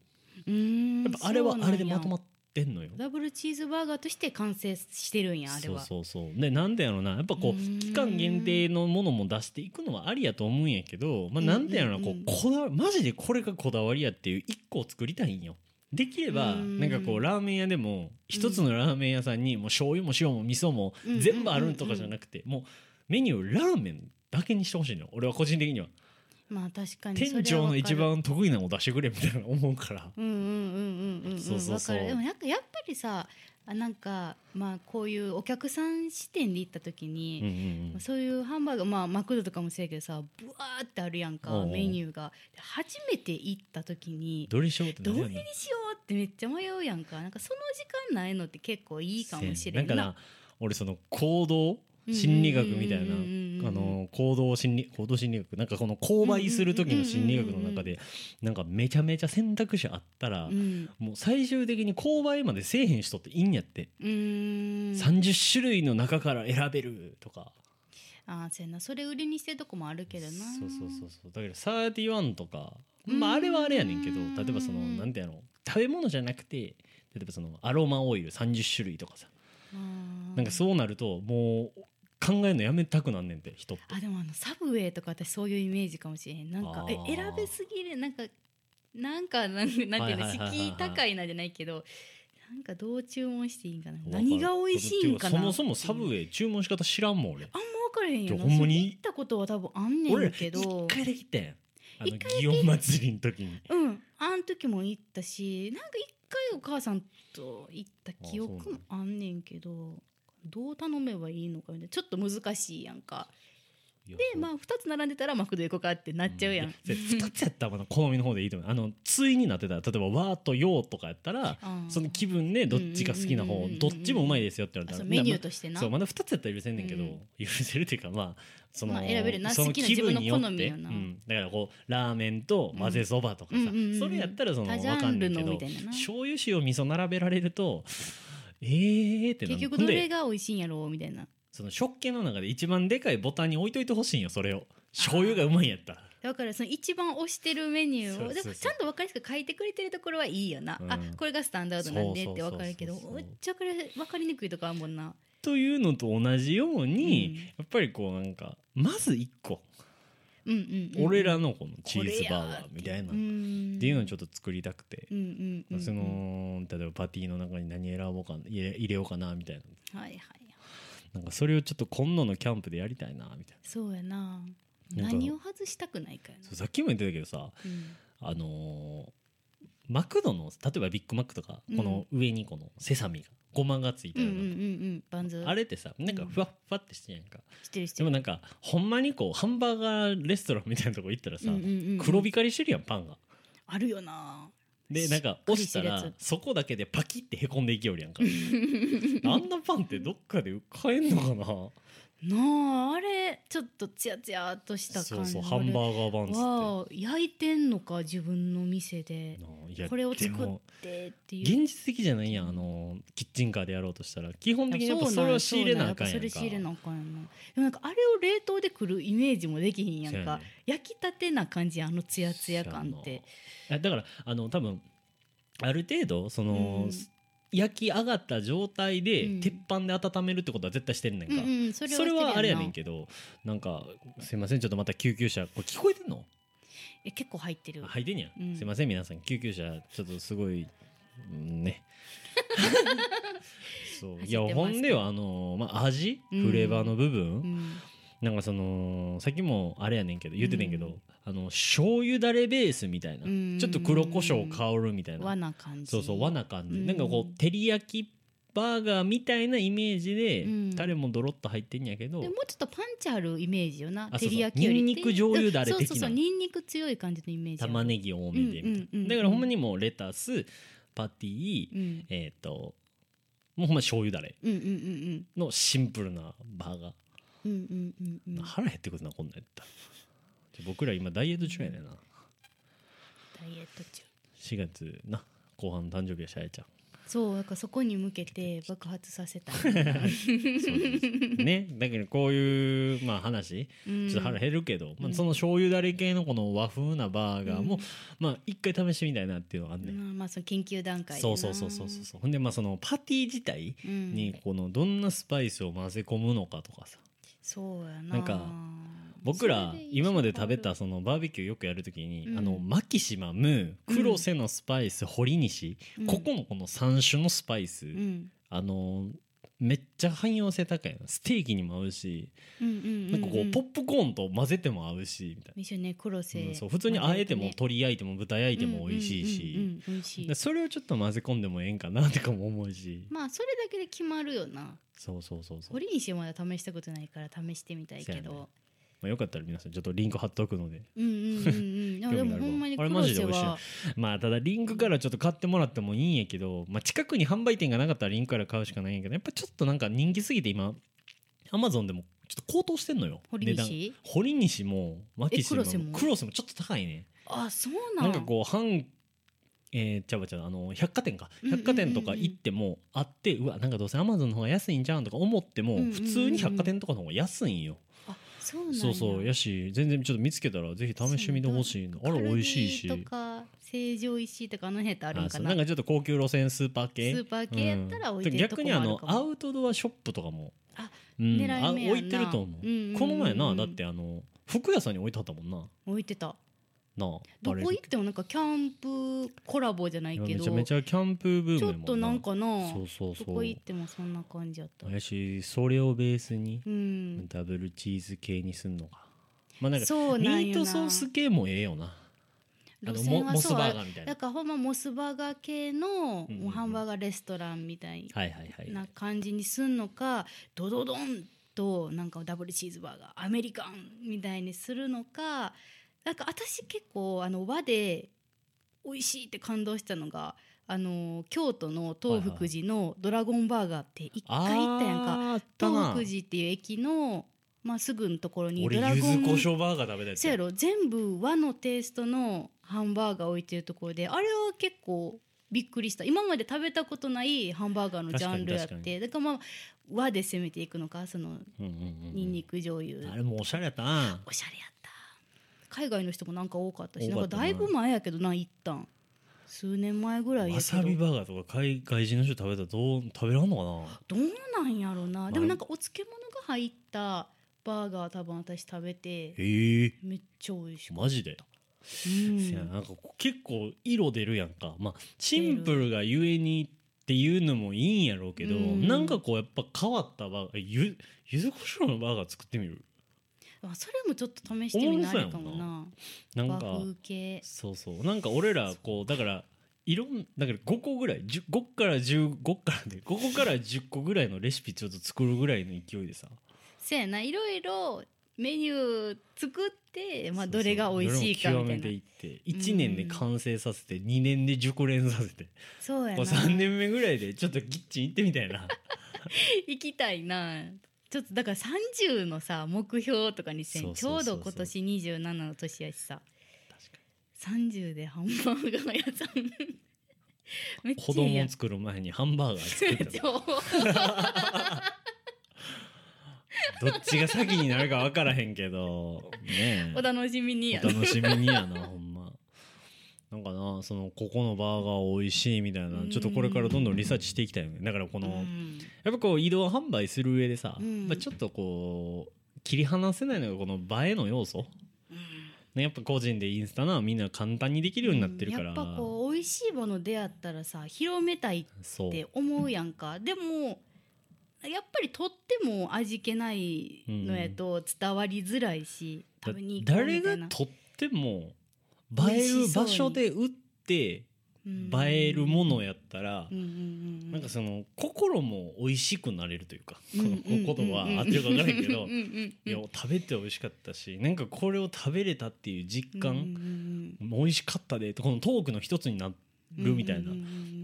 Speaker 2: うーん
Speaker 1: やっぱあれは
Speaker 2: そうなんや
Speaker 1: あれでまとまってんのよ
Speaker 2: ダブルチーズバーガーとして完成してるんやあれは
Speaker 1: そうそうそうでなんでやろうなやっぱこ
Speaker 2: う
Speaker 1: う
Speaker 2: ーん
Speaker 1: 期間限定のものも出していくのはありやと思うんやけど、まあ、
Speaker 2: うん
Speaker 1: なんでやろうなこ
Speaker 2: うん
Speaker 1: うこだわマジでこれがこだわりやっていう一個を作りたいんよできれば
Speaker 2: うん
Speaker 1: なんかこうラーメン屋でも一つのラーメン屋さんにもう醤油も塩も味噌も
Speaker 2: うん
Speaker 1: 全部あるとかじゃなくてもうメニューラーメンだけにしてほしいの俺は個人的には
Speaker 2: まあ確かに
Speaker 1: 店
Speaker 2: それ
Speaker 1: 長
Speaker 2: はわ
Speaker 1: の
Speaker 2: かる
Speaker 1: 一番得意なのを出してくれみたいな思うから
Speaker 2: うんうんうんうんうん
Speaker 1: そうそうそう
Speaker 2: わかるでもなんかやっぱりさあなんかまあこういうお客さん視点で行った時
Speaker 1: うんう
Speaker 2: に、
Speaker 1: ん
Speaker 2: そういうハンバーガーまあマクドとかもそうやけどさブワーってあるやんか
Speaker 1: おうおう
Speaker 2: メニューがで初めて行った時に
Speaker 1: どれにしようって
Speaker 2: ど
Speaker 1: 何
Speaker 2: れ
Speaker 1: や
Speaker 2: に
Speaker 1: ねん
Speaker 2: しようってめっちゃ迷うやんかなんかその時間ないのって結構いいかもしれん
Speaker 1: せやねなんかな俺その行動心理学みたい
Speaker 2: うんうんうんうん
Speaker 1: なあの行動心理行動心理学なんかこの購買する時の心理学の中でなんかめちゃめちゃ選択肢あったら
Speaker 2: うん
Speaker 1: もう最終的に購買までせえへん人っていいんやって
Speaker 2: うーん
Speaker 1: 30種類の中から選べるとか
Speaker 2: あーそうやなそれ売りにしてるとこもあるけどな
Speaker 1: そうそうそうそうだけど31とか
Speaker 2: うん
Speaker 1: まああれはあれやねんけど例えばその
Speaker 2: うん
Speaker 1: なんてやろう食べ物じゃなくて例えばそのアロマオイル30種類とかさ
Speaker 2: あー
Speaker 1: なんかそうなるともう考えるのやめたくなんねんって人って。
Speaker 2: あでもあのサブウェイとか私そういうイメージかもしれへんなんか
Speaker 1: あ
Speaker 2: え
Speaker 1: ー
Speaker 2: 選べすぎるなんかなんかなんなんていうの
Speaker 1: はいはいはいはいはい
Speaker 2: 敷居高いなじゃないけどなんかどう注文していいんかな
Speaker 1: わかる
Speaker 2: 何が美味しいんかな
Speaker 1: そもそもサブウ
Speaker 2: イ
Speaker 1: ェイ注文仕方知らんもん俺
Speaker 2: あんま分からへんよな
Speaker 1: ほんまに
Speaker 2: それ行ったことは多分あんね
Speaker 1: 俺
Speaker 2: ん
Speaker 1: ら
Speaker 2: け
Speaker 1: 一
Speaker 2: ど
Speaker 1: 回できたやんあの
Speaker 2: 一回だけ
Speaker 1: 祇園祭りの時に
Speaker 2: うんあん時も行ったしなんか一回お母さんと行った記
Speaker 1: あ
Speaker 2: 憶
Speaker 1: そう
Speaker 2: も
Speaker 1: なん
Speaker 2: あんねんけどどう頼めばいいのかみたいなちょっと難しいやんかでまあ2つ並んでたらマクド行こうかってなっちゃうやん、
Speaker 1: 2つやったらまだ好みの方でいいと思うあの対になってたら例えば「和」と「洋」とかやったら
Speaker 2: あー
Speaker 1: その気分でどっちが好きな
Speaker 2: うんうんう
Speaker 1: 方
Speaker 2: んうん
Speaker 1: どっちもうまいですよって言わ
Speaker 2: あ
Speaker 1: れた
Speaker 2: そ
Speaker 1: ら
Speaker 2: うメニュー
Speaker 1: だか
Speaker 2: として
Speaker 1: らま
Speaker 2: な
Speaker 1: あそうまだ2つやったら許せんねんけど、
Speaker 2: うん
Speaker 1: 許せるっていうかまあその、
Speaker 2: まあ選べるな
Speaker 1: その
Speaker 2: 好きな
Speaker 1: 気分
Speaker 2: 自分の
Speaker 1: によって
Speaker 2: 好みやな
Speaker 1: うん、だからこうラーメンと混ぜそばとかさ、
Speaker 2: うんうんうんうん
Speaker 1: それやったらその
Speaker 2: 多
Speaker 1: 分
Speaker 2: ジャ
Speaker 1: かん
Speaker 2: ン
Speaker 1: ね
Speaker 2: ル
Speaker 1: んけ
Speaker 2: のみた
Speaker 1: ど
Speaker 2: いなな結
Speaker 1: 醤油塩味噌並べられるとえーってなる
Speaker 2: 局どれ
Speaker 1: で
Speaker 2: が美味しいんやろうみたいな
Speaker 1: その食券の中で一番でかいボタンに置いといてほしいんよそれを醤油がうまいんやったら
Speaker 2: だからその一番推してるメニュー
Speaker 1: そ
Speaker 2: を
Speaker 1: う
Speaker 2: で
Speaker 1: そうそ
Speaker 2: もちゃ
Speaker 1: う
Speaker 2: んと分かりやすく書いてくれてるところはいいよな、
Speaker 1: うん
Speaker 2: あこれがスタンダードなんでって分かるけど
Speaker 1: そうそうそう
Speaker 2: め
Speaker 1: そう
Speaker 2: っちゃこれ分かりにくいとかあるもんな
Speaker 1: というのと同じように、
Speaker 2: うん
Speaker 1: やっぱりこうなんかまず1個、
Speaker 2: うんうんうんうん
Speaker 1: 俺らのこのチーズバーガーみたいな、
Speaker 2: う
Speaker 1: っ
Speaker 2: ん
Speaker 1: ていうのをちょっと作りたくて
Speaker 2: う、んうんうんうん
Speaker 1: その例えばパティの中に何選ぼうか入れ入れようかなみたいな
Speaker 2: はいはいはい
Speaker 1: なんかそれをちょっと今度のキャンプでやりたいなみたい
Speaker 2: そうやな
Speaker 1: なんか
Speaker 2: 何を外したくないかや
Speaker 1: な
Speaker 2: な
Speaker 1: そうさっきも言ってたけどさ、
Speaker 2: うん
Speaker 1: あのーマクドの例えばビッグマックとか、
Speaker 2: うん
Speaker 1: この上にこのセサミがごまがついた
Speaker 2: うん
Speaker 1: よ
Speaker 2: う
Speaker 1: うん
Speaker 2: う
Speaker 1: な、
Speaker 2: んうんバンズ
Speaker 1: あれってさなんか
Speaker 2: うん
Speaker 1: ふわっふわってしてんやんか、
Speaker 2: してるして
Speaker 1: でも
Speaker 2: る
Speaker 1: なんかほんまにこうハンバーガーレストランみたいなとこ行ったらさ、
Speaker 2: うんうんうんうん
Speaker 1: 黒光りしてるやんパンが。
Speaker 2: あるよな
Speaker 1: でなんか
Speaker 2: しっくり
Speaker 1: 押
Speaker 2: し
Speaker 1: してた
Speaker 2: るやつ
Speaker 1: らそこだけで パキってへこんでいきよるやんかあんなパンってどっかで買えんのかな
Speaker 2: なああれちょっとツヤツヤっとした
Speaker 1: そ
Speaker 2: 感
Speaker 1: う
Speaker 2: じ
Speaker 1: そうハンバーガーバンツっ
Speaker 2: わあ焼いてんのか自分の店で
Speaker 1: てなあいや
Speaker 2: これを作
Speaker 1: で
Speaker 2: っ
Speaker 1: も
Speaker 2: てっていう
Speaker 1: 現実的じゃないやんあのキッチンカーでやろうとしたら基本的にやっぱそれを仕入れなあかんやん
Speaker 2: そ
Speaker 1: か
Speaker 2: れ仕入れなあかんやんなでもなんかあれを冷凍でくるイメージもできひんやんか焼きたてな感じあのツヤツヤ感って
Speaker 1: そうやなあだからあの多分ある程度その、
Speaker 2: うん
Speaker 1: 焼き上がった状態で、
Speaker 2: うん
Speaker 1: 鉄板で温めるってことは絶対してんねん
Speaker 2: うん
Speaker 1: か、
Speaker 2: うんそれ
Speaker 1: それ
Speaker 2: は
Speaker 1: はあれやねん
Speaker 2: け
Speaker 1: けどなんかすいませんちょっとまた救急車これ聞こえてんの
Speaker 2: ど結構入ってる
Speaker 1: あ入ってんや、
Speaker 2: うん
Speaker 1: ん、すいません皆さん救急車ちょっとすごい、うん ねそういや
Speaker 2: 走ってます
Speaker 1: ほんではあのまあ味
Speaker 2: うん
Speaker 1: フレーバーの部分、
Speaker 2: うん
Speaker 1: なんかそのさっきもあれやねんけど言ってたんやけ
Speaker 2: う
Speaker 1: ど、
Speaker 2: ん
Speaker 1: あの醤油だれベースみたいな、
Speaker 2: うん
Speaker 1: ちょっと黒胡椒香るみたいな
Speaker 2: 和な感じ
Speaker 1: そうそう和な感じ、
Speaker 2: うん
Speaker 1: なんかこう照り焼きバーガーみたいなイメージで、
Speaker 2: うん
Speaker 1: タレもドロッと入ってんやけど
Speaker 2: でもうちょっとパンチあるイメージよな
Speaker 1: あそうそう
Speaker 2: 照り焼きより
Speaker 1: ニンニク醤油だれ
Speaker 2: そうそう
Speaker 1: 的
Speaker 2: そう
Speaker 1: な
Speaker 2: ニンニク強い感じのイメージ
Speaker 1: 玉ねぎ多めでみたいな、
Speaker 2: うんうんうんうん
Speaker 1: だからほんまにもうレタスパティ、
Speaker 2: ぎうん
Speaker 1: えっ、ともうほんま醤油だれ
Speaker 2: うんうんうん
Speaker 1: のシンプルなバーガー、
Speaker 2: うんうんうんうんうん
Speaker 1: 腹減ってくるなこんなんやったらじゃあ僕ら今ダイエット中やねんな
Speaker 2: ダイエット中
Speaker 1: 4月な後半誕生日やしあやちゃん
Speaker 2: そうだからそこに向けて爆発さ せたい
Speaker 1: そ うですねだけどこういう、まあ、話
Speaker 2: うん
Speaker 1: ちょっと腹減るけど、
Speaker 2: う
Speaker 1: まあ、
Speaker 2: ん
Speaker 1: その醤油だれ系のこの和風なバーガーも、
Speaker 2: うん
Speaker 1: まあ一回試してみたいなっていうのがあんねん、
Speaker 2: まあまあその研究段階で
Speaker 1: そ
Speaker 2: な
Speaker 1: うそうそうそうそうそうほんでまあそのパティ自体
Speaker 2: うん
Speaker 1: にこのどんなスパイスを混ぜ込むのかとかさ
Speaker 2: そうやな
Speaker 1: なんか僕ら
Speaker 2: それで一番
Speaker 1: 今まで食べたそのバーベキューよくやるときに、
Speaker 2: うん
Speaker 1: あのマキシマム黒瀬のスパイス堀西、
Speaker 2: うん
Speaker 1: ここのこの3種のスパイス、
Speaker 2: うん
Speaker 1: あのめっちゃ汎用性高いなステーキにも合うし
Speaker 2: うんうんうん
Speaker 1: なんかこうポッ
Speaker 2: プ
Speaker 1: プコーンと混ぜても合うしみたい
Speaker 2: 一緒ね黒
Speaker 1: な、
Speaker 2: 瀬、
Speaker 1: うんそう普通にあえても
Speaker 2: 混ぜ
Speaker 1: 鶏焼いても豚焼いても美味しいし、
Speaker 2: うんうんうんうん美味しい
Speaker 1: でそれをちょっと混ぜ込んでもええんかなとかも思うし
Speaker 2: まあそれだけで決まるよな
Speaker 1: そうそうそうそう、
Speaker 2: 堀西はまだ試したことないから試してみたいけ
Speaker 1: そうや
Speaker 2: ど
Speaker 1: まあ、よかったら皆さんちょっとリンク貼っとくので
Speaker 2: うんうんうん うんでもでもほんまに
Speaker 1: あれ
Speaker 2: 黒
Speaker 1: マジ
Speaker 2: 瀬
Speaker 1: で美味しい
Speaker 2: は
Speaker 1: まあただリンクからちょっと買ってもらってもいいんやけど、まあ、近くに販売店がなかったらリンクから買うしかないんやけどやっぱちょっとなんか人気すぎて今アマゾンでもちょっと高騰してんのよ
Speaker 2: 堀西
Speaker 1: 値段堀西もマキシマ
Speaker 2: え黒瀬も
Speaker 1: もクロスもちょっと高いね
Speaker 2: あそうな
Speaker 1: なんんかこう半えー、ちゃうわちゃうわあの百貨店か
Speaker 2: うんうんうん
Speaker 1: 百貨店とか行ってもあって、うわなんかどうせアマゾンの方が安いんじゃうんとか思って
Speaker 2: う
Speaker 1: も、
Speaker 2: んうんうんうん
Speaker 1: 普通に百貨店とかの方が安いんよ、
Speaker 2: あそうなんや
Speaker 1: そうそうやし全然ちょっと見つけたらぜひ試してみてほしいのあれ美味しいし
Speaker 2: カルビとか成城石井とかあの辺ってあるん
Speaker 1: あ
Speaker 2: か
Speaker 1: そう
Speaker 2: な
Speaker 1: なんかちょっと高級路線スーパー
Speaker 2: ス
Speaker 1: 系
Speaker 2: ーパー系やったら置いて
Speaker 1: うん
Speaker 2: るとこ
Speaker 1: 逆に
Speaker 2: もあ
Speaker 1: あ
Speaker 2: る
Speaker 1: の
Speaker 2: かも
Speaker 1: アウトドアショップとかも、
Speaker 2: あ
Speaker 1: うん
Speaker 2: 狙い目やんな
Speaker 1: あ置いてると思う,、
Speaker 2: うんうんうん
Speaker 1: この前なだってあの服屋さんに置いてあったもんな
Speaker 2: 置いてた
Speaker 1: なあ
Speaker 2: ど
Speaker 1: あ
Speaker 2: こ
Speaker 1: れ
Speaker 2: 行ってもなんかキャンプコラボじゃない
Speaker 1: 今
Speaker 2: け
Speaker 1: め
Speaker 2: ど
Speaker 1: ちゃめちゃキャンプブーム
Speaker 2: ちょ
Speaker 1: やも
Speaker 2: っとなんかな
Speaker 1: そうそうそ
Speaker 2: ど
Speaker 1: う
Speaker 2: こ行ってもそんな感じやった
Speaker 1: やしそれをベースに
Speaker 2: うん
Speaker 1: ダブルチーズ系にすんのかまあなんか
Speaker 2: そう
Speaker 1: ミ
Speaker 2: なんやな
Speaker 1: ートソース系もええよなあの
Speaker 2: 路
Speaker 1: モ
Speaker 2: 線は
Speaker 1: モス
Speaker 2: そう
Speaker 1: バ
Speaker 2: あ
Speaker 1: ーガーみたいな
Speaker 2: だからほんまモスバーガー系の
Speaker 1: うんうん
Speaker 2: もうハンバーガーレストランみたい
Speaker 1: はいはいはい
Speaker 2: な感じにすんのかドドドンとなんかダブルチーズバーガーアメリカンみたいにするのかなんか私結構あの和で美味しいって感動したのがあの京都の東福寺のドラゴンバーガーって一回行ったやんか、
Speaker 1: あーあった
Speaker 2: 東
Speaker 1: な
Speaker 2: 福寺っていう駅の、まあ、すぐのところに
Speaker 1: 俺
Speaker 2: ドラ
Speaker 1: 柚
Speaker 2: ゴン
Speaker 1: 子胡椒バーガー食べたやつ
Speaker 2: せやろ全部和のテイストのハンバーガー置いてるところであれは結構びっくりした今まで食べたことないハンバーガーのジャンルやっ
Speaker 1: 確か
Speaker 2: てだからまあ和で攻めていくのかその
Speaker 1: うんうんうん
Speaker 2: ニンニク醤油、
Speaker 1: あれもおしゃれやったな
Speaker 2: おしゃれやった海外の人もなんか多かったし
Speaker 1: 多
Speaker 2: なん
Speaker 1: か
Speaker 2: か
Speaker 1: った
Speaker 2: だ
Speaker 1: ない
Speaker 2: ぶ前やけどな一旦数年前ぐらいやけ
Speaker 1: わ
Speaker 2: ど
Speaker 1: さびバーガーとか海外人の人食べたらどう食べらんのかな
Speaker 2: どうなんやろな
Speaker 1: あ
Speaker 2: でもなんかお漬物が入ったバーガー多分私食べて
Speaker 1: へえ
Speaker 2: めっちゃ美味しかった
Speaker 1: マジで、
Speaker 2: うん
Speaker 1: せやなんかこう結構色出るやんかまあシンプルがゆえにっていうのもいいんやろうけど、
Speaker 2: うん
Speaker 1: なんかこうやっぱ変わったバーガーゆ柚子胡椒のバーガー作ってみる
Speaker 2: あそれもちょっと試してみないか
Speaker 1: お
Speaker 2: も
Speaker 1: もろそう
Speaker 2: な
Speaker 1: やなん
Speaker 2: 和
Speaker 1: か
Speaker 2: 風系
Speaker 1: そうそうなんか俺らこうだからいろんだから5個ぐらい10 5から15からで5個から10個ぐらいのレシピちょっと作るぐらいの勢いでさ
Speaker 2: せやないろいろメニュー作って、まあ、
Speaker 1: そうそう
Speaker 2: どれが美味しいかみた
Speaker 1: どれ
Speaker 2: い
Speaker 1: も極めて
Speaker 2: ない
Speaker 1: って1年で完成させて2年で熟練させて
Speaker 2: そうや
Speaker 1: こう
Speaker 2: な
Speaker 1: 3年目ぐらいでちょっとキッチン行ってみたいな
Speaker 2: 行きたいなちょっとだから30のさ目標とかにせ
Speaker 1: そ
Speaker 2: ん
Speaker 1: う
Speaker 2: ち
Speaker 1: そ
Speaker 2: ょ
Speaker 1: う
Speaker 2: う
Speaker 1: そうそう
Speaker 2: ど今年27の年やしさ
Speaker 1: 確か
Speaker 2: 30でハンバーガー屋さん めっ
Speaker 1: に子
Speaker 2: ちゃええや
Speaker 1: 供
Speaker 2: ん
Speaker 1: 作る前にハンバーガー作 ってたどっちが先になるか分からへんけどねえ
Speaker 2: お楽しみにや
Speaker 1: お楽しみにやなほんまなんかなそのここのバーガー美味しいみたいなちょっとこれからどんどんリサーチしていきたいよねだからこの、
Speaker 2: うん
Speaker 1: やっぱこう移動販売する上でさ、
Speaker 2: うん
Speaker 1: まあちょっとこう切り離せないのがこの映えの要素、ね、やっぱ個人でインスタなみんな簡単にできるようになってるか
Speaker 2: う
Speaker 1: ら、
Speaker 2: んやっぱこう美味しいもの出会ったらさ広めたいっ
Speaker 1: そう
Speaker 2: て思うやんかでもやっぱりとっても味気ないのやと伝わりづらいし、
Speaker 1: だ
Speaker 2: 食べに行こう
Speaker 1: 誰
Speaker 2: みたい
Speaker 1: が
Speaker 2: な
Speaker 1: 撮っても映える場所で売って映えるものやったら、
Speaker 2: うんうんうんうん
Speaker 1: なんかその心も美味しくなれるというか、この
Speaker 2: 言
Speaker 1: 言葉合ってるか分からへんけど、
Speaker 2: うんうんうん、
Speaker 1: いや食べて美味しかったしなんかこれを食べれたっていう実感、
Speaker 2: 感
Speaker 1: 美味しかったでとこのトークの一つになるみたいな、っ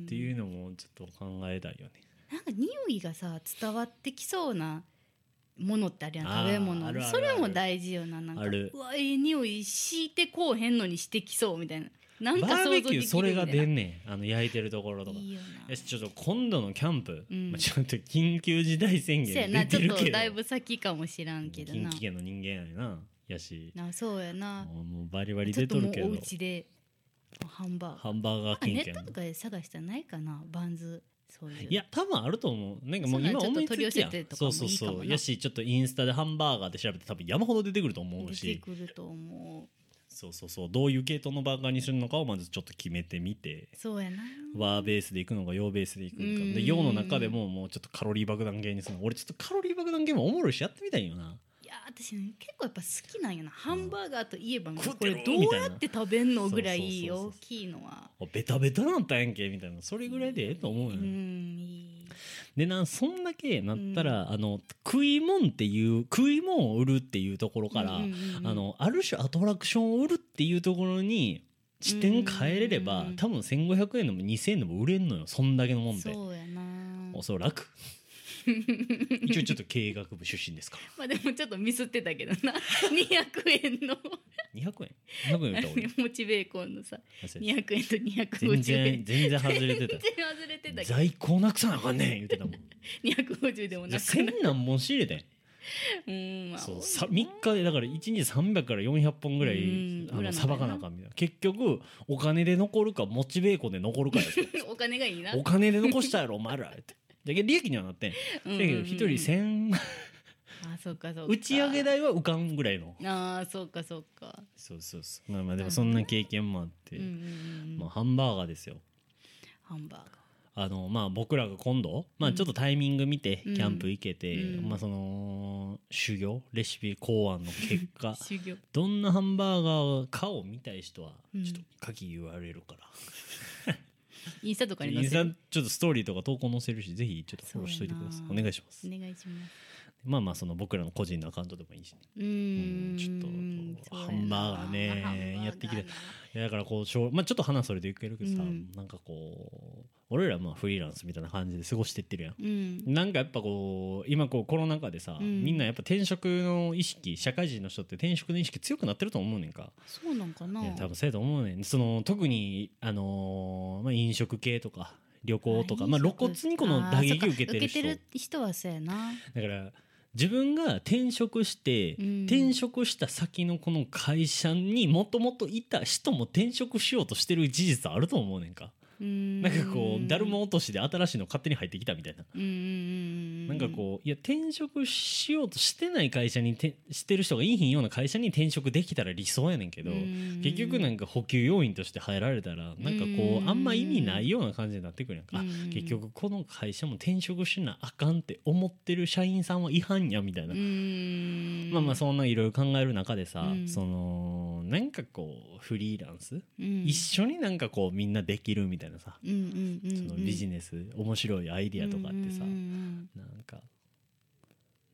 Speaker 1: ていう
Speaker 2: う
Speaker 1: のもちょっと考えたいよね。
Speaker 2: なんか匂いがさ伝わってきそうなものってあるやん
Speaker 1: あー
Speaker 2: 食べ物
Speaker 1: あるあるある
Speaker 2: それも大事よななんか
Speaker 1: ある
Speaker 2: うわええ匂いしてこうへんのにしてきそうみたいななん
Speaker 1: バ
Speaker 2: か
Speaker 1: ー
Speaker 2: 想像でき
Speaker 1: ベ
Speaker 2: る
Speaker 1: キュ
Speaker 2: みたい
Speaker 1: ー
Speaker 2: な
Speaker 1: それが出んねんあの焼いてるところとか。
Speaker 2: いいよな
Speaker 1: よしちょっと今度のキャンプ、
Speaker 2: うん
Speaker 1: まあ、ちょっと緊急事態宣
Speaker 2: そうや
Speaker 1: 言
Speaker 2: な
Speaker 1: 出
Speaker 2: ち
Speaker 1: て
Speaker 2: ょ
Speaker 1: る
Speaker 2: っ
Speaker 1: け
Speaker 2: と
Speaker 1: ど
Speaker 2: だいぶ先かもしらんけど
Speaker 1: 近
Speaker 2: な
Speaker 1: 畿圏の人間やねんなやし
Speaker 2: なそうやな
Speaker 1: もうもうバリバリ
Speaker 2: ちょっと
Speaker 1: 出と
Speaker 2: も
Speaker 1: る
Speaker 2: う
Speaker 1: け
Speaker 2: お
Speaker 1: ど
Speaker 2: 家でもうハンバーガー
Speaker 1: ハンバーガー
Speaker 2: あネ
Speaker 1: 近
Speaker 2: ットと
Speaker 1: 県
Speaker 2: かで探したらないかなバンズそういう
Speaker 1: いや多分あると思うなんかもう
Speaker 2: そうなん
Speaker 1: 今
Speaker 2: ちょっと
Speaker 1: 思いつ
Speaker 2: 取り
Speaker 1: き
Speaker 2: 寄
Speaker 1: や
Speaker 2: せてとか
Speaker 1: そ
Speaker 2: も
Speaker 1: う
Speaker 2: いいか
Speaker 1: そ
Speaker 2: も
Speaker 1: う
Speaker 2: な
Speaker 1: そうやしちょっとインスタでハンバーガーって調べて多分山ほど出てくると思う
Speaker 2: 出て
Speaker 1: し
Speaker 2: くると思
Speaker 1: そうそうそうどういう系統のバーガーにするのかをまずちょっと決めてみて
Speaker 2: うそうやな
Speaker 1: 和ベースでいくのか洋ベースでいくの
Speaker 2: うん
Speaker 1: かで洋の中でももうちょっとカロリー爆弾系にするの俺ちょっとカロリー爆弾系もおもろいしやってみたいよない
Speaker 2: や私ね結構やっぱ好きなんやなハンバーガーといえば
Speaker 1: 食っ
Speaker 2: こ
Speaker 1: て
Speaker 2: れ
Speaker 1: る
Speaker 2: どうやって食べんの
Speaker 1: みた
Speaker 2: ぐ
Speaker 1: いな
Speaker 2: らい
Speaker 1: そうそうそうそう
Speaker 2: 大きいのは
Speaker 1: あベタベタなんたやんけみたいなそれぐらいでええと思う
Speaker 2: う
Speaker 1: よ、
Speaker 2: ん
Speaker 1: ね
Speaker 2: いい
Speaker 1: でなそんだけなったら、あの食い物っていう食い物を売るっていうところから、
Speaker 2: うんうんうん
Speaker 1: あのある種アトラクションを売るっていうところに視点変えれれば、
Speaker 2: うん
Speaker 1: 多分1500円でも2000円でも売れんのよそんだけのもんで
Speaker 2: そうやな
Speaker 1: おそらく一応ちょっと経営学部出身で すから
Speaker 2: まあでもちょっとミスってたけどな 200円の
Speaker 1: 200円200円売った方がいい
Speaker 2: もちベーコンのさ
Speaker 1: 忘れて
Speaker 2: 200円と250
Speaker 1: 全
Speaker 2: 円
Speaker 1: 然全然外れ
Speaker 2: 全
Speaker 1: て
Speaker 2: 然
Speaker 1: た
Speaker 2: 外れてたけど
Speaker 1: 在庫なくさなあかんねん言ってたもん
Speaker 2: 250でも
Speaker 1: じゃ
Speaker 2: な
Speaker 1: あ
Speaker 2: くな
Speaker 1: 1000何本仕入れてん
Speaker 2: うんまあ
Speaker 1: そうさ3日でだから1日300から400本ぐらい
Speaker 2: うん
Speaker 1: あ
Speaker 2: 売らな
Speaker 1: の
Speaker 2: あ
Speaker 1: さ
Speaker 2: かんな
Speaker 1: ばかなあかんみたいな結局お金で残るかモチベーコンで残るか や
Speaker 2: お金がいいな
Speaker 1: お金で残したやろお前らってだけど利益にはなってんだ
Speaker 2: うんうん
Speaker 1: け
Speaker 2: うん
Speaker 1: ど1人1000
Speaker 2: あそうかそうか
Speaker 1: 打ち上げ代は浮かんぐらいの
Speaker 2: あーそうかそうか
Speaker 1: そうそうそうまあまあでもそんな経験もあっ
Speaker 2: う
Speaker 1: て
Speaker 2: んうんうん
Speaker 1: まあハンバーガーですよ
Speaker 2: ハンバーガー
Speaker 1: あのまあ僕らが今度まあちょっとタイミング見てキ
Speaker 2: うん
Speaker 1: ャンプ行けて
Speaker 2: うん
Speaker 1: まあその修行レシピ考案の結 果
Speaker 2: 修行
Speaker 1: どんなハンバーガーかを見たい人は
Speaker 2: うん
Speaker 1: ちょっと下記 URL から、
Speaker 2: インスタとかに
Speaker 1: イ
Speaker 2: 載
Speaker 1: ンス
Speaker 2: せ
Speaker 1: タ
Speaker 2: る
Speaker 1: ちょっとストーリーとか投稿載せるしぜひちょっとフォローしといてくださ
Speaker 2: そう
Speaker 1: い
Speaker 2: や
Speaker 1: お
Speaker 2: な
Speaker 1: 願いします
Speaker 2: お願いします
Speaker 1: まあまあその僕らの個人のアカウントでもいいしね
Speaker 2: うーん
Speaker 1: ちょっと
Speaker 2: そうやな
Speaker 1: ハンバーガーね
Speaker 2: ハンバーガーな
Speaker 1: やっていきたいいやだからこうしょうまあちょっと話それでいけるけどさ、
Speaker 2: うん
Speaker 1: なんかこう俺らまあフリーランスみたいな感じで過ごしてってるやん
Speaker 2: うん
Speaker 1: なんかやっぱこう今こうコロナ禍でさ、
Speaker 2: うん
Speaker 1: みんなやっぱ転職の意識社会人の人って転職の意識強くなってると思うねんか
Speaker 2: そうなんかない
Speaker 1: や多分そうやと思うねんその特に、あのーまあ、飲食系とか旅行とか、まあ、露骨にこの打撃受けて
Speaker 2: あーそっか受
Speaker 1: る人
Speaker 2: けてる人はそうやな
Speaker 1: だから自分が転職して、
Speaker 2: うん
Speaker 1: 転職した先のこの会社にもともといた人も転職しようとしてる事実あると思うねんか、
Speaker 2: な
Speaker 1: なんかこうだるま落としで新しいの勝手に入ってきたみたいな。
Speaker 2: うんうん
Speaker 1: なんかこういや転職しようとしてない会社にてしてる人がいいひんような会社に転職できたら理想やねんけ
Speaker 2: う
Speaker 1: ど、
Speaker 2: ん
Speaker 1: 結局なんか補給要員として入られたらなんかこ
Speaker 2: うん
Speaker 1: うあんま意味ないような感じになってくるやんか、あ
Speaker 2: うん
Speaker 1: 結局この会社も転職しなあかんって思ってる社員さんは違反やみたいな、
Speaker 2: うん
Speaker 1: まあまあそんないろいろ考える中でさ、
Speaker 2: うん
Speaker 1: そのなんかこうフリーランス、
Speaker 2: うん
Speaker 1: 一緒になんかこうみんなできるみたいなさ、
Speaker 2: うんうんうんうん
Speaker 1: そのビジネス面白いアイディアとかってさ、
Speaker 2: うんうん
Speaker 1: なんか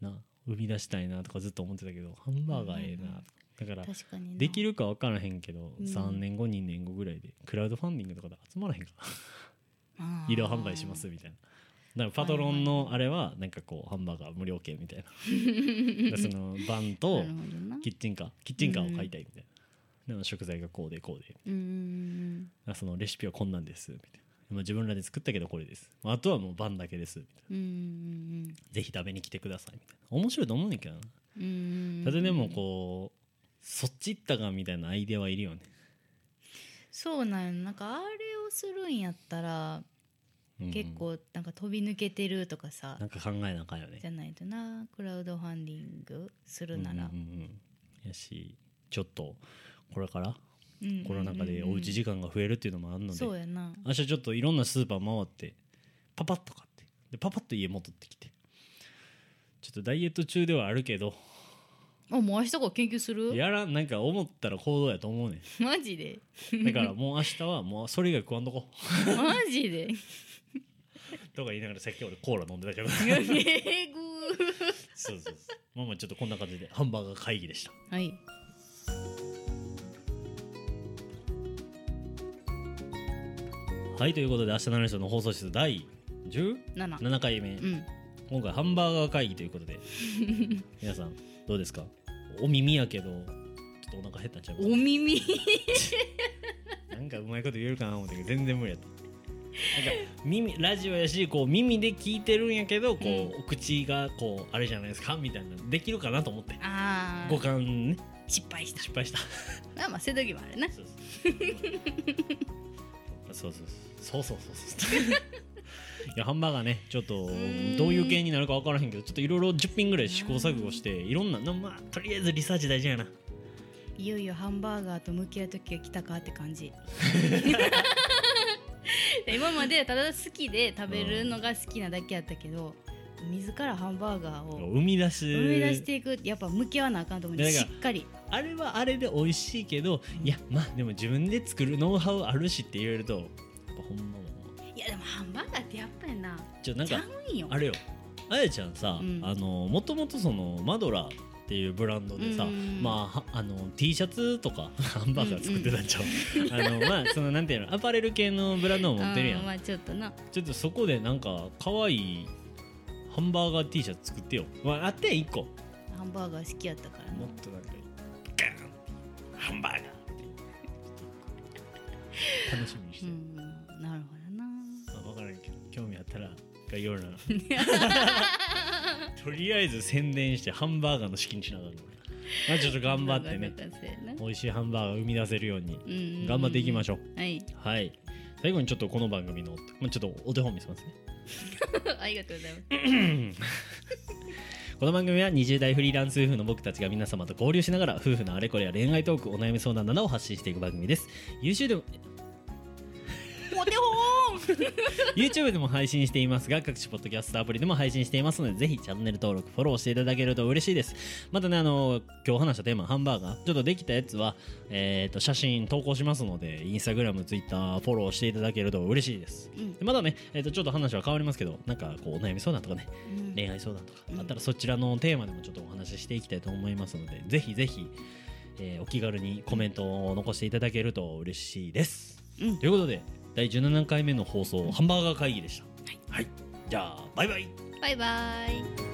Speaker 1: な生み出したいなとかずっと思ってたけどハンバーガーええなだか
Speaker 2: う
Speaker 1: ら
Speaker 2: ん確かにな
Speaker 1: できるか分からへんけど、
Speaker 2: うん
Speaker 1: 3年後2年後ぐらいでクラウドファンディングとかで集まらへんかな
Speaker 2: あー
Speaker 1: 移動販売しますみたいなだからパトロンのあれはなんかこうハンバーガー無料券み たいなでそのバン
Speaker 2: な
Speaker 1: と
Speaker 2: るほどな
Speaker 1: キッチンカーキッチンカーを買いたいみたいな、で食材がこうでこうで
Speaker 2: うーん
Speaker 1: あそのレシピはこんなんですみたいなまあ自分らで作ったけどこれですあとはもうバンだけですみたいな
Speaker 2: うーん
Speaker 1: ぜひ食べに来てくださいみたいな面白いと思うねんけどな
Speaker 2: うーん
Speaker 1: ただでもこうそっち行ったかみたいなアイデアはいるよね、
Speaker 2: そうなんよなんかあれをするんやったら
Speaker 1: うん
Speaker 2: 結構なんか飛び抜けてるとかさ
Speaker 1: なんか考えなあかんよね
Speaker 2: じゃないとなクラウドファンディングするなら
Speaker 1: うんうんうんやしちょっとこれからコ
Speaker 2: コ
Speaker 1: ロナ禍でおうち時間が増えるっていうのもあるので、
Speaker 2: そうやな
Speaker 1: 明日ちょっといろんなスーパー回ってパパッと買ってでパパッと家戻ってきてちょっとダイエット中ではあるけど
Speaker 2: あもう明日から研究する
Speaker 1: やらんなんか思ったら行動やと思うね
Speaker 2: マジ で
Speaker 1: んだからもう明日はもうそれ以外食わんとこ
Speaker 2: マジで
Speaker 1: とか言いながらさっき俺コーラ飲んで たけど
Speaker 2: えぐー
Speaker 1: そうそうそうまあまあちょっとこんな感じでハンバーガー会議でした
Speaker 2: はい
Speaker 1: はいということで明日の話の放送室第
Speaker 2: 七
Speaker 1: 17回
Speaker 2: う
Speaker 1: 目、
Speaker 2: ん
Speaker 1: 今回ハンバーガー会議とい うことで皆さんどうですかお耳やけどちょっとお腹減ったんちゃいます
Speaker 2: お耳
Speaker 1: なんかうまいこと言えるかな思ったけど全然無理やったなんか耳ラジオやしこう耳で聞いてるんやけどこう、お口がこうあれじゃないですかみたいなできるかなと思って
Speaker 2: あ
Speaker 1: 五
Speaker 2: あ
Speaker 1: 感ね
Speaker 2: 失敗した
Speaker 1: 失敗した
Speaker 2: まあまあそういう時もあるな
Speaker 1: そうそうそうそうそうそうそうそういやハンバーガーねちょっとどう
Speaker 2: ーん
Speaker 1: いう系になるか分からへんけどちょっといろいろ10品ぐらい試行錯誤していろんななまあとりあえずリサーチ大事やない
Speaker 2: よいよハンバーガーと向き合う時が来たかって感 じ今までただ好きで食べるのが好きなだけやったけど自らハンバーガーを
Speaker 1: 生み出し
Speaker 2: 生み出していくやっぱ向き合わなあかんと思うね
Speaker 1: だ
Speaker 2: し
Speaker 1: から
Speaker 2: っかり
Speaker 1: あれはあれで美味しいけどいやまあでも自分で作るノウハウあるしって言えるとやっぱほんまもう
Speaker 2: いやでもハンバーガーってやっぱりな
Speaker 1: ちょなん
Speaker 2: ちゃ
Speaker 1: か
Speaker 2: うんよ
Speaker 1: あれよあやちゃんさ、
Speaker 2: うん
Speaker 1: あのもともとそのマドラーっていうブランドでさ、
Speaker 2: うんうんうん
Speaker 1: まあはあの T シャツとか ハンバーガー作ってたんちゃう、 あのまあそのなんていうのアパレル系のブランドを持ってるやん、
Speaker 2: うんまあちょっとな
Speaker 1: ちょっとそこでなんか可愛いハンバーガー T シャツ作ってよ、まあ、あって1個も
Speaker 2: ハンバーガー好きやったからな
Speaker 1: っとなんかガーンハンバー ガーっていう楽しみにし
Speaker 2: う
Speaker 1: てる、
Speaker 2: んなるほどな
Speaker 1: まあ、分からんけど興味あったら概要欄とりあえず宣伝してハンバーガーの資金にしながら、まあ、ちょっと頑張っ てね
Speaker 2: ハンバーガーせやな
Speaker 1: 美味しいハンバーガー生み出せるように
Speaker 2: うんうん
Speaker 1: 頑張っていきま
Speaker 2: し
Speaker 1: しょう、
Speaker 2: ょうはい
Speaker 1: はい最後にちょっとこの番組の、まあ、ちょっとお手本見せますね
Speaker 2: ありがとうござ います
Speaker 1: この番組は20代フリーランス夫婦の僕たちが皆様と交流しながら夫婦のあれこれや恋愛トークお悩み相談などを発信していく番組です優秀でも
Speaker 2: お手本
Speaker 1: YouTube でも配信していますが各種ポッドキャストアプリでも配信していますのでぜひチャンネル登録フォローしていただけると嬉しいですまたねあの今日話したテーマハンバーガーちょっとできたやつは、えー、と写真投稿しますのでインスタグラムツイッターフォローしていただけると嬉しいです
Speaker 2: うん
Speaker 1: でまだね、えー、とちょっと話は変わりますけどなんかこうお悩み相談とかね
Speaker 2: うん
Speaker 1: 恋愛相談とか
Speaker 2: うん
Speaker 1: あったらそちらのテーマでもちょっとお話ししていきたいと思いますのでぜひぜひ、えーお気軽にコメントを残していただけると嬉しいです
Speaker 2: うん
Speaker 1: ということで第17回目の放送ハンバーガー会議でした。はい、じゃあバイバイ
Speaker 2: バイバイ